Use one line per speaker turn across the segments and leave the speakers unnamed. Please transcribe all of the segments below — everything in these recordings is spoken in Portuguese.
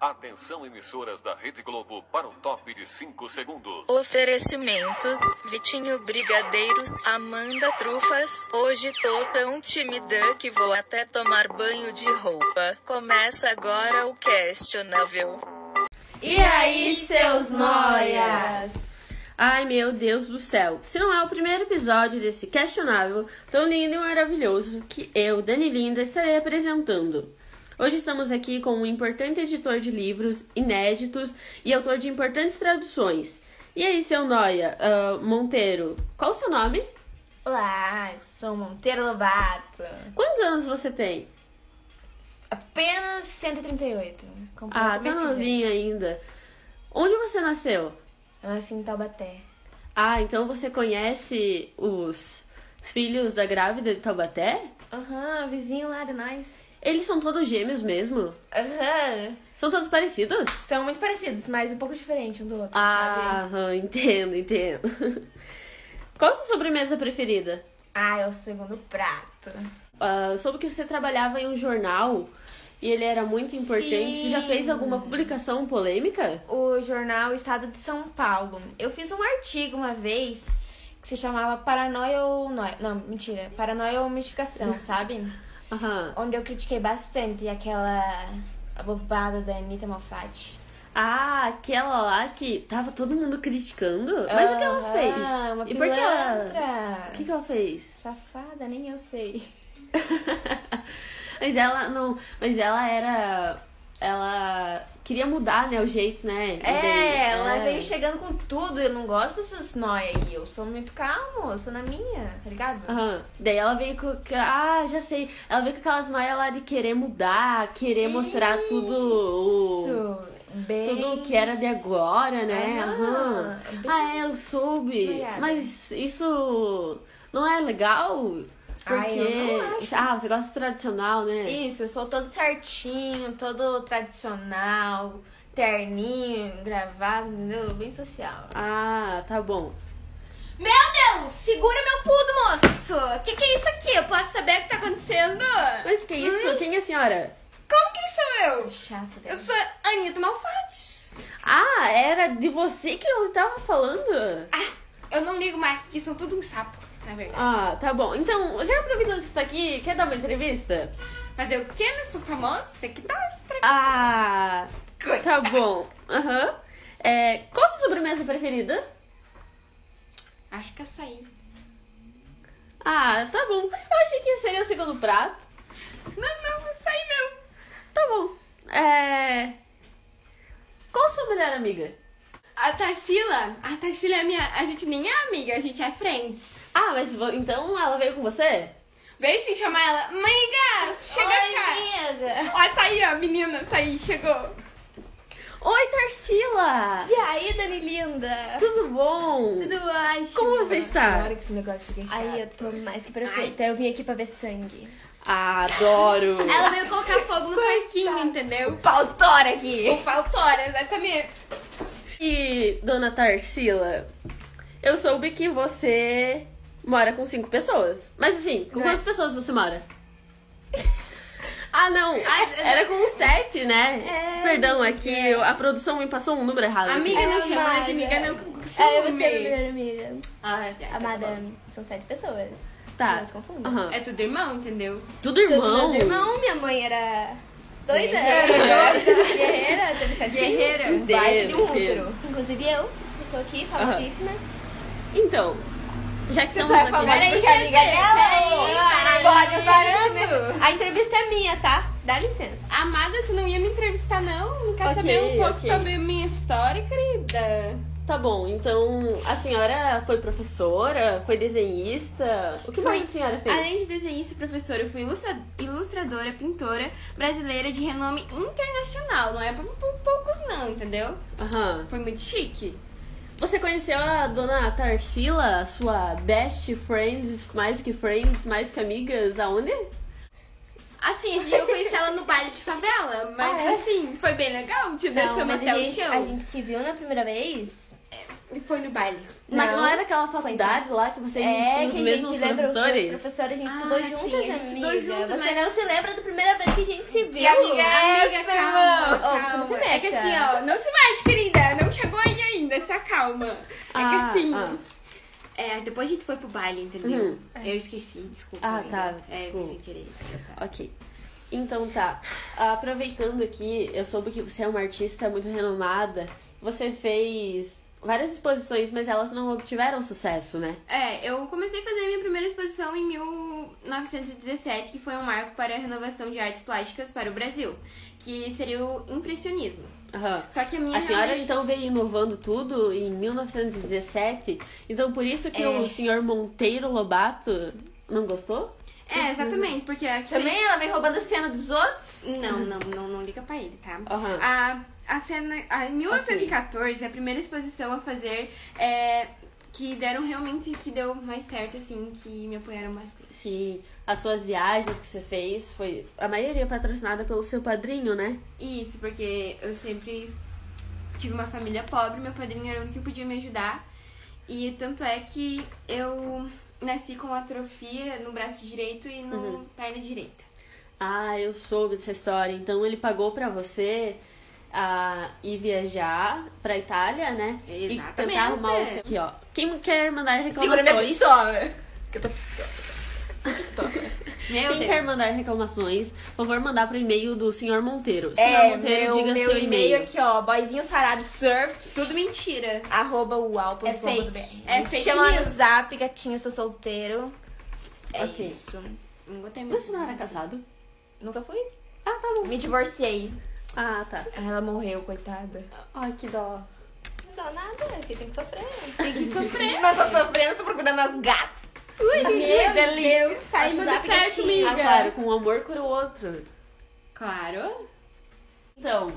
Atenção emissoras da Rede Globo para o top de 5 segundos.
Oferecimentos: Vitinho Brigadeiros, Amanda Trufas. Hoje tô tão tímida que vou até tomar banho de roupa. Começa agora o questionável.
E aí, seus noias?
Ai meu Deus do céu! Se não é o primeiro episódio desse questionável tão lindo e maravilhoso que eu, Dani Linda, estarei apresentando. Hoje estamos aqui com um importante editor de livros inéditos e autor de importantes traduções. E aí, seu Noia ah, Monteiro, qual o seu nome?
Olá, eu sou Monteiro Lobato.
Quantos anos você tem?
Apenas 138. Completo
Ah, tá
mês que vem.
novinho ainda. Onde você nasceu?
Eu nasci em Taubaté.
Ah, então você conhece os filhos da grávida de Taubaté?
Aham, vizinho lá de nós.
Eles são todos gêmeos mesmo?
Aham.
São todos parecidos?
São muito parecidos, mas um pouco diferente um do outro,
Ah, aham, entendo, entendo. Qual a sua sobremesa preferida?
sabe? Ah, é o segundo prato.
Ah, soube que você trabalhava em um jornal e ele era muito importante. Você já fez alguma publicação polêmica?
O jornal Estado de São Paulo. Eu fiz um artigo uma vez que se chamava Paranoia ou Noia. Não, mentira. Paranoia ou Mistificação, sabe?
Aham.
Onde eu critiquei bastante aquela bobada da Anitta Malfatti.
Ah, aquela lá que tava todo mundo criticando. Mas o que ela
Aham,
fez?
Uma
e por que ela...
pilantra.
O que, que ela fez?
Safada, nem eu sei.
mas ela não... Mas ela era... Ela queria mudar, né, o jeito, né?
É,
dele.
ela
É.
veio chegando com tudo. Eu não gosto dessas noias aí. Eu sou muito calmo, eu sou na minha, tá ligado?
Aham. Daí ela veio com. com- Ah, já sei. Ela veio com aquelas noias lá de querer mudar, querer mostrar tudo o.
Isso, um bem.
Tudo o que era de agora, né?
Aham.
Aham.
Bem
Ah, é, eu soube.
noiada.
Mas isso não é legal? Porque.
eu não acho.
Ah, você gosta do tradicional, né?
Isso, eu sou todo certinho, todo tradicional, terninho, gravado, entendeu? Bem social.
Ah, tá bom.
Meu Deus, segura meu pulo, moço! O que, que é isso aqui? Eu posso saber o que tá acontecendo?
Mas que isso?
Hum?
Quem é a senhora?
Como que sou eu? Chato dela. Eu sou Anitta Malfatti.
Ah, era de você que eu tava falando?
Eu não ligo mais, porque são tudo um sapo, na verdade.
Ah, tá bom. Então, já aproveitando que você tá aqui, quer dar uma entrevista?
Fazer o que, né? Sou famoso, tem que dar essa
Ah, tá bom. Aham. É, qual a sua sobremesa preferida?
Acho que açaí.
Ah, tá bom. Eu achei que seria o segundo prato.
Não, não, açaí meu.
Tá bom. É... Qual a sua melhor amiga?
A Tarsila, a Tarsila é minha... A gente nem é amiga, a gente é friends.
Ah, mas vo- então ela veio com você?
Vem sim chamar ela. Amiga, chega cá.
Amiga.
Ó, tá aí, ó, a menina, tá aí, chegou.
Oi, Tarsila!
E aí, Dani linda?
Tudo bom?
Tudo ótimo.
Como você está?
que esse negócio fica
Aí eu tô mais que perfeita. Eu vim aqui pra ver sangue.
Ah, adoro!
Ela veio colocar fogo no
Porquinho, entendeu?
Faltora aqui.
é tá? O Faltora, exatamente.
E, dona Tarsila, eu soube que você mora com cinco pessoas. Mas assim, com
Não é-
quantas pessoas você mora? ah, não! Era com sete, né?
É,
Perdão, aqui eu- a produção me passou um número errado. aqui.
Amiga, não
É,
chama ela de amiga,
amada.
não. com- com
É,
ciúme.
você é a melhor amiga.
Ah, tá, tá
Amada,
bom.
são sete pessoas.
Tá.
Não se confunda.
Aham.
É tudo irmão, entendeu?
Tudo irmão?
Todos meus irmãos, minha mãe era doida.
Guerreira.
Guerreira, teve sete filhos.
Guerreira.
Baile
de
de um útero.
útero.
Inclusive eu, estou aqui, famosíssima.
Então, já que estamos
vai
aqui...
falar- Peraí, gente, peraí, peraí, gente. A entrevista é minha, tá? Dá licença.
Amada, você não ia me entrevistar, não? Não quer
Ok,
saber um pouco
ok.
sobre a minha história, querida?
Tá bom, então a senhora foi professora, foi desenhista. O que mais a senhora fez?
Além de desenhista e professora, eu fui ilustra- ilustradora, pintora brasileira de renome internacional. Não é por, por poucos, não, entendeu?
Aham.
Foi muito chique.
Você conheceu a dona Tarsila, a sua best friends, mais que friends, mais que amigas, aonde?
Assim, eu conheci ela no baile de favela, mas
Ah, é?
assim, foi bem legal. Te
é
dançamos
mas
até
a
o
gente,
chão.
a gente se viu na primeira vez.
Foi no baile.
Mas não era aquela faculdade lá que vocês tinham os
É, que a
mesmos
gente lembra os
professores?
professores, a gente
Ah,
estudou
sim,
juntas,
a gente estudou
amiga.
junto,
Você
mas-
não se lembra da primeira vez que a gente se viu.
amiga é essa,
calma.
irmão?
Ô, você
Calma.
se direta.
É que assim, ó, não se mexe, querida. Não chegou aí ainda, se acalma. é que
Ah,
assim.
ah.
É, depois a gente foi pro baile, entendeu?
Uhum.
Eu esqueci, desculpa.
Ah,
amiga.
tá,
É, eu
desculpa.
fiz sem querer.
Ok. Então tá. Aproveitando aqui, eu soube que você é uma artista muito renomada. Você fez várias exposições, mas elas não obtiveram sucesso, né?
É, eu comecei a fazer a minha primeira exposição em 1917, que foi um marco para a renovação de artes plásticas para o Brasil, que seria o impressionismo.
Aham.
Só que a minha
A senhora
realmente-
então veio inovando tudo em 1917. Então por isso
É.
que o senhor Monteiro Lobato não gostou?
É, exatamente, porque a que fez-
ela vem roubando a cena dos outros?
Não, não, não, não liga pra ele, tá?
Aham.
A, a cena. A, em 1914, a primeira exposição a fazer é, que deram realmente que deu mais certo, assim, que me apoiaram bastante.
Sim. As suas viagens que você fez foi a maioria é patrocinada pelo seu padrinho, né?
Isso, porque eu sempre tive uma família pobre, meu padrinho era o único que podia me ajudar. E tanto é que eu nasci com atrofia no braço direito e no perna direita.
Ah, eu soube dessa história. Então ele pagou pra você ah, ir viajar pra Itália, né?
Exatamente.
E tentar arrumar o seu. Aqui, ó. Quem quer mandar
Então, Segura minha
reclamações?
pistola. Que eu tô pistola. Sou pistola.
Meu
Quem quer mandar reclamações, por favor, mandar pro e-mail do senhor Monteiro. Senhor
É,
Monteiro,
meu,
diga
meu
seu
e-mail aqui, ó. Boizinho sarado surf,
um Tudo mentira.
arroba uau.com.br.
É fake.
É fake
Chama no
news.
zap, gatinho, estou solteiro. É
Ok.
isso.
Não botei muito.
Mas você não era casado?
Nunca fui.
Ah, tá bom.
Me divorciei.
Ah, tá.
Ela morreu, coitada.
Ai, que dó.
Não dá nada, você tem que sofrer.
Mas tô sofrendo, tô procurando as gatas.
Meu
é
Deus,
saiba do perto, amiga.
Ah, claro, com um amor cura o outro.
Claro.
Então,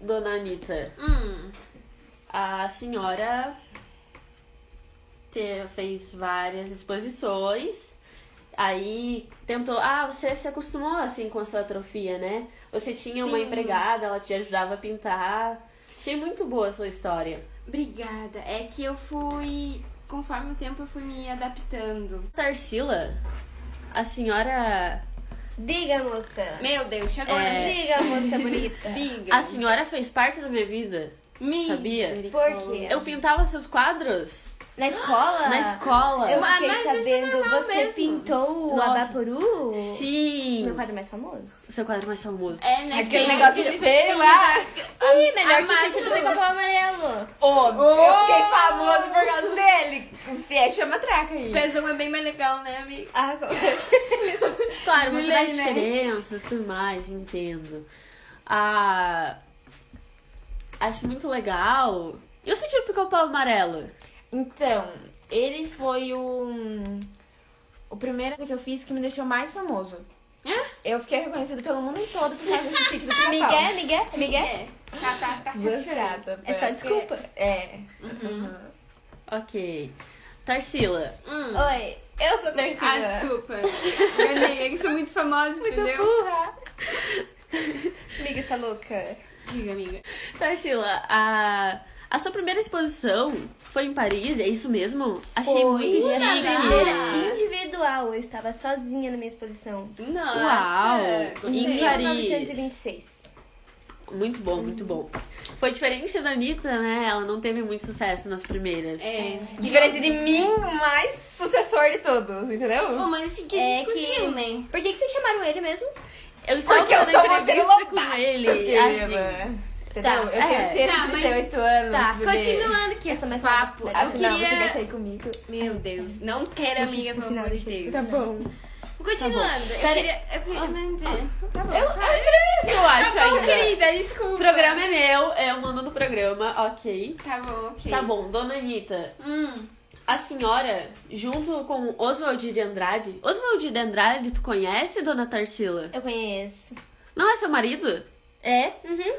dona Anitta,
Hum.
a senhora te- fez várias exposições, aí tentou. Ah, você se acostumou assim com a sua atrofia, né? Você tinha uma
Sim.
empregada, ela te ajudava a pintar. Achei muito boa a sua história.
Obrigada. É que eu fui. Conforme o tempo eu fui me adaptando.
Tarsila, a senhora.
Diga, moça.
Meu Deus, chegou
É.
né?
Diga, moça bonita.
Diga.
A senhora fez parte da minha vida,
Me-
sabia?
Por quê?
Eu pintava seus quadros
Na escola?
na escola.
Eu
Ah,
fiquei
mas isso é
sabendo,
normal
você
mesmo.
pintou o
Nossa.
Abaporu?
Sim.
Meu quadro mais famoso.
Seu quadro mais famoso.
É, né?
Aquele
Tem-
negócio feio ah. lá.
Ih, melhor que
Amado.
o sítio do Pica-Pau Amarelo.
Ô, eu fiquei famoso por causa dele. Fecha a matraca aí.
Pezão é bem mais legal, né, amiga?
Ah, com-
É Claro, você dá
Lei, né?
diferenças e tudo mais, entendo. Ah, acho muito legal. E o sentido pica-pau amarelo?
Então, ele foi o. O primeiro que eu fiz que me deixou mais famoso. Eu fiquei reconhecido pelo mundo todo por causa desse sítio do pica
Miguel, Miguel, Miguel.
É. Tá, tá, tá chateada.
Jurada,
É só desculpa.
É.
Ok. Tarsila,
Hum.
Oi, eu sou Tarsila.
Ah, desculpa. Enganei, é que sou muito famosa, entendeu?
Amiga, essa louca.
Diga, amiga.
Tarsila, a, a sua primeira exposição foi em Paris, é isso mesmo? Achei
Foi
muito
minha
chique.
primeira individual. Eu estava sozinha na minha exposição.
Nossa. é
Uau!
Gostei.
Em Paris.
1926.
Muito bom, muito bom. Foi diferente da Anitta, né? Ela não teve muito sucesso nas primeiras.
É.
Diferente de mim, mas sucessor de todos, entendeu?
Bom, mas assim que
É
a gente conseguiu,
que-
né?
Por que, que vocês chamaram ele mesmo?
Eu estava
Porque eu
fazendo
sou uma
entrevista
vira-lata,
com ele. assim.
Querida. Entendeu?
Tá,
eu
é.
tenho cerca
Tá,
de
mas-
38 anos.
Tá,
bebê.
Continuando que
Eu sou mais
papo. Assim,
nova.
Ah,
Eu
Parece-
se não, você
queria-
vai sair comigo.
Meu Deus, não quero, amiga, pelo amor de Deus.
Tá bom.
Continuando, eu queria. Eu queria manter. Tá bom.
Eu acho
tá bom,
ainda.
querida, desculpa.
O programa é meu, eu mando no programa, ok.
Tá bom, ok.
Tá bom, dona Anitta,
Hum.
a senhora, junto com Oswaldir de Andrade. Oswaldir de Andrade, tu conhece, dona Tarsila?
Eu conheço.
Não é seu marido?
É? Uhum.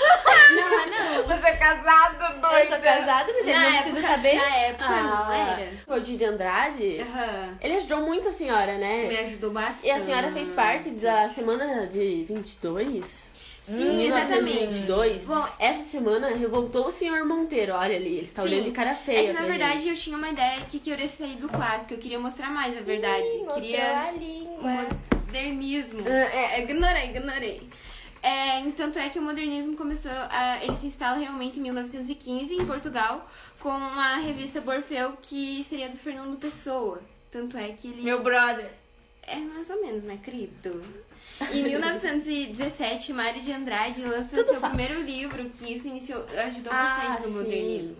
Não, não.
Você é casado, doida.
Eu sou casada, mas ele
Na
não
época-
precisa saber.
Na época não era. Uhum.
Oswaldir de Andrade?
Aham.
Ele ajudou muito a senhora, né?
Me ajudou bastante.
E a senhora fez parte da semana de 22?
Sim, exatamente.
1922.
Bom-
Essa semana revoltou o senhor Monteiro. Olha ali, ele está
Sim.
olhando de cara feia.
É que, na
pra
verdade,
gente.
eu tinha uma ideia que queria sair do clássico. Eu queria mostrar mais, na verdade.
Mostrou
queria
a língua.
modernismo. É, ignorei, ignorei. É, e tanto é que o modernismo começou, a, ele se instala realmente em 1915 em Portugal com a revista Borfeu, que seria do Fernando Pessoa. Tanto é que ele.
Meu brother.
É mais ou menos, né, querido? Em 1917, Mário de Andrade lança seu primeiro livro, que isso iniciou, ajudou bastante no
sim.
modernismo.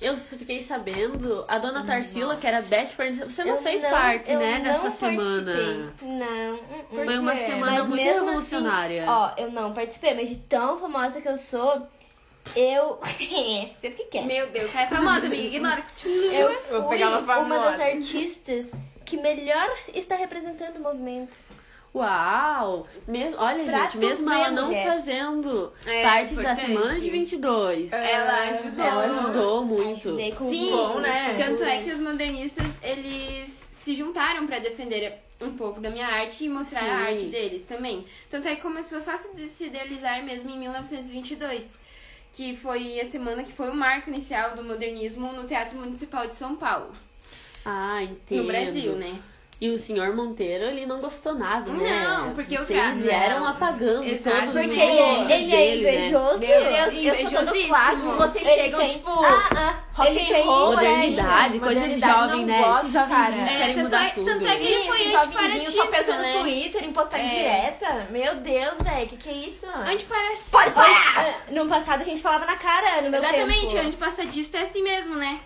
Eu fiquei sabendo, a dona Tarsila, que era best friend, você não
Hum, Eu
fez
não-
parte,
eu
né,
não
nessa
participei.
semana.
Não.
Por
Foi uma
quê?
semana
Mas
muito
mesmo
revolucionária.
Assim, ó, eu não participei, mas de tão famosa que eu sou, eu. Sei o que quer.
Meu Deus, sai famosa, amiga, ignora que te...
Eu
Vou
fui
pegar uma
uma
famosa.
das artistas que melhor está representando o movimento.
Uau! Mes... Olha,
Pra
gente,
tu
mesmo
ver,
ela não
mulher.
fazendo
É,
parte da
importante. É.
semana de 22,
Ela ajudou.
ela ajudou muito.
Ajudei com
Sim,
os bons,
né?
tanto é que os modernistas, eles se juntaram pra defender um pouco da minha arte e mostrar a
Sim.
arte deles também. Tanto é que começou só a se se idealizar mesmo em 1922, que foi a semana que foi o marco inicial do modernismo no Teatro Municipal de São Paulo,
Ah, entendo.
no Brasil, né?
E o senhor Monteiro, ele não gostou nada, né?
Não, porque eu
Vocês
tra-
vieram
não.
apagando
Exato,
todos os
Os
Porque ele,
vídeos
ele é
dele, né?
invejoso.
eu sou todo
invejosíssimo.
clássico. Vocês
Ele
chegam,
tem-
tipo,
Ah, ah,
rock
ele
and
tem
roll,
modernidade,
né?
coisa de
Modernidade,
jovem,
não
né? Esses
gosto,
jovenzinhos
cara.
que querem
É, tanto
mudar
é-
tudo.
tanto é que- Ele
Sim,
foi
esse
antiparatista,
jovenzinho só pensa
né?
no Twitter, em postar
É.
direta. Meu Deus, velho, que que é isso?
Antiparacista.
Pode parar! Ah, No passado a gente falava na cara, no meu
Exatamente,
tempo.
antipassadista é assim mesmo, né?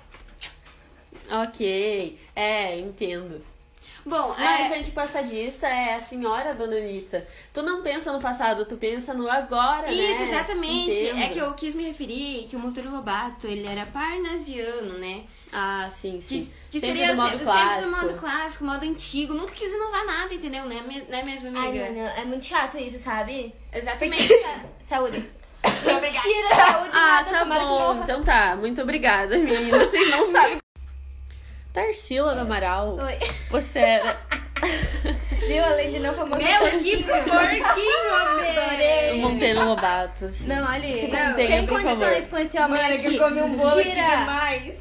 Ok, é, entendo.
Bom,
Mas
é...
antipassadista é a senhora, dona Anitta. Tu não pensa no passado, tu pensa no agora, né?
Isso, exatamente.
Entendo.
É que eu quis me referir que o Monteiro Lobato, ele era parnasiano, né?
Ah, sim, sim.
Que, que
Sempre
seria
do modo
sempre
clássico.
do modo clássico, modo antigo. Nunca quis inovar nada, entendeu? Não é, me- não é mesmo,
Ai,
amiga?
mano, é muito chato isso, sabe?
exatamente.
Saúde. Mentira, saúde,
Ah,
nada,
tá
tomara que
bom.
morra.
Então tá. Muito obrigada, menina. Vocês não sabem. Tarsila do Amaral,
Oi.
você é- era
Viu? Além de não famosa.
Meu, que porquinho,
o
amei!
Monteiro Lobato. assim.
Não, olha.
Se
não,
contenha,
sem
por
condições
favor.
com esse homem
Mano,
aqui.
que come um bolo aqui
Mentira.
demais.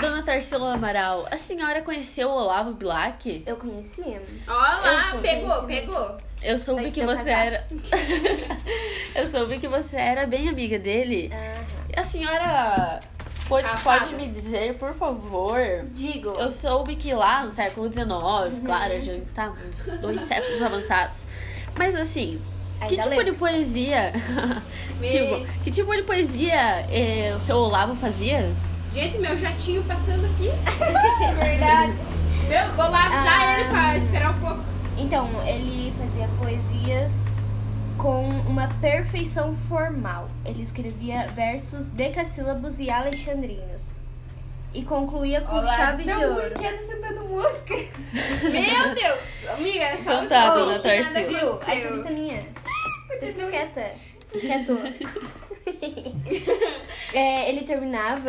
Dona Tarsila do Amaral, a senhora conheceu o Olavo Bilac?
Eu conheci.
Olha
Eu sou
um
lá, pegou, pegou.
Eu soube
Vai
que
ser
você
casado.
era. Eu soube que você era bem amiga dele.
Aham.
A senhora pode,
Safada.
pode me dizer, por favor?
Digo.
Eu soube que lá no século XIX, claro, a gente tá uns dois séculos avançados. Mas assim, que
Ainda
tipo
lembro.
de poesia. que,
Me-
bom. que tipo de poesia eh, o seu Olavo fazia?
Gente, meu jatinho passando aqui. Verdade. Meu, vou lá avisar
Ah.
ele pra esperar um pouco.
Então, ele fazia poesias com uma perfeição formal. Ele escrevia versos decassílabos e alexandrinos. E concluía com chave de
Não,
ouro.
brinquedo sentando música. Meu Deus! Amiga, é só
Então tá,
um
dona
instante,
Tarsila.
nada
Viu? A
aconteceu.
entrevista é minha. Fica quieta. Quieto. É, ele terminava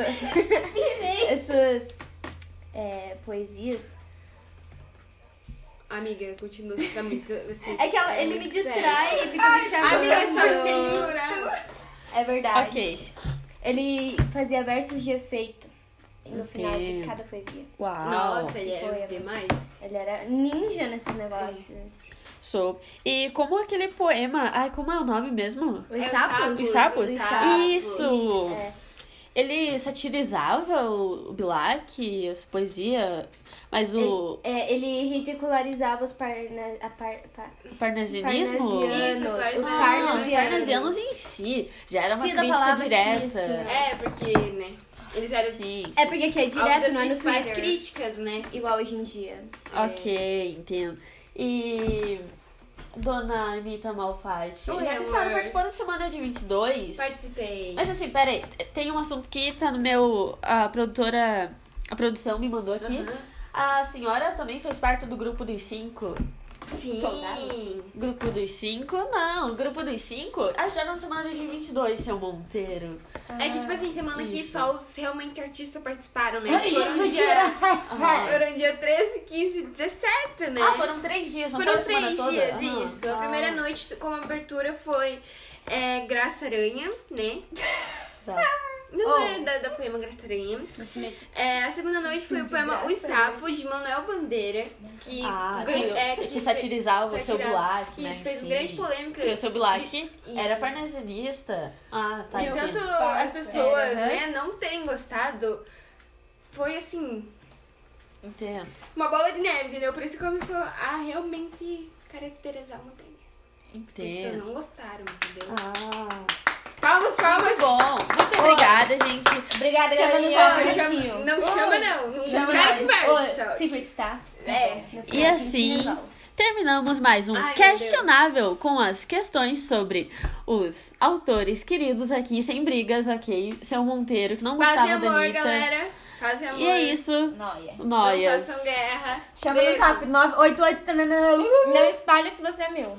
as suas é, poesias.
Amiga, continua, você tá muito... Você
É que ela-
tá
ele me
muito séria.
distrai e fica me chamando.
Amiga, é só censura.
É verdade.
Ok.
Ele fazia versos de efeito no final de
Entendo.
cada poesia.
Uau.
Nossa, ele
Foi,
é
amiga.
demais.
Ele era ninja nesse negócio.
Sou. E como aquele poema. Ai, como é o nome mesmo?
Os
É, os
sapos?
Os
Os
sapos?
sapos.
Isso!
é.
Ele satirizava o o Bilac, a sua poesia, mas o
É, ele ridicularizava os parna... a par... pa-
parnasianismo.
parnasianos.
Isso,
Os
Ah,
parnasianos.
os
parnasianos.
parnasianos em si já era uma
Sim, da
crítica
palavra
direta.
que inicia.
É, porque, né, eles eram
Sim,
É
sim.
porque aqui é
algo
direto,
das
não é no
principais
Twitter.
críticas, né?
Igual hoje em dia.
Ok, entendo. E. Dona Anitta Malfatti.
Oi,
já que a senhora
amor.
participou da semana de 22.
Participei.
Mas assim, peraí, tem um assunto que tá no meu. A produtora. A produção me mandou aqui. A senhora também fez parte do grupo dos cinco.
Sim.
Soldados.
Grupo dos cinco? Não, o grupo dos cinco ajudaram na semana de 22, seu Monteiro.
É que, tipo assim, semana que
Isso.
só os realmente artistas participaram, né? Foram no dia,
É,
foram dia 13, 15 e 17, né?
Ah, foram três dias, não
Foram
foi a semana
três
toda?
dias,
Ah,
isso. A
ah.
primeira
tá. Ah,
noite como abertura foi é, Graça Aranha, né? Não
Oh.
é da, da poema Grastarinha.
Esse meio-
É, a segunda noite foi o poema Os Sapos, de Manuel Bandeira, que,
Ah,
gran- é,
que- que satirizava o seu
satirava.
Bilac, né?
Isso, fez
Sim.
grande polêmica.
Porque o seu Bilac
Isso.
era parnasianista. Ah, tá.
E
entendo.
tanto
Nossa,
as pessoas,
era,
né, não terem gostado, foi assim,
Entendo.
uma bola de neve, entendeu? Por isso que começou a realmente caracterizar uma mesmo. As pessoas
Entendo.
não gostaram, entendeu?
Ah.
Palmas, palmas!
Muito bom. Muito obrigada, gente.
Obrigada,
Chama no
galerinha.
zóio.
Chama- não chama, não. Não
Chama
cara
nós.
conversa.
Ô, Secret Stars.
É.
E assim, terminamos mais um
Ai, meu
Questionável com as questões sobre os autores queridos aqui, sem brigas, ok? Seu Monteiro, que não
Paz e
gostava da
amor,
Anitta.
galera. Paz e amor.
E é isso,
Noia.
Não
noias.
façam guerra.
Chama no
Beijos.
uh! zap 988. tananã.
Não espalha o que você é meu.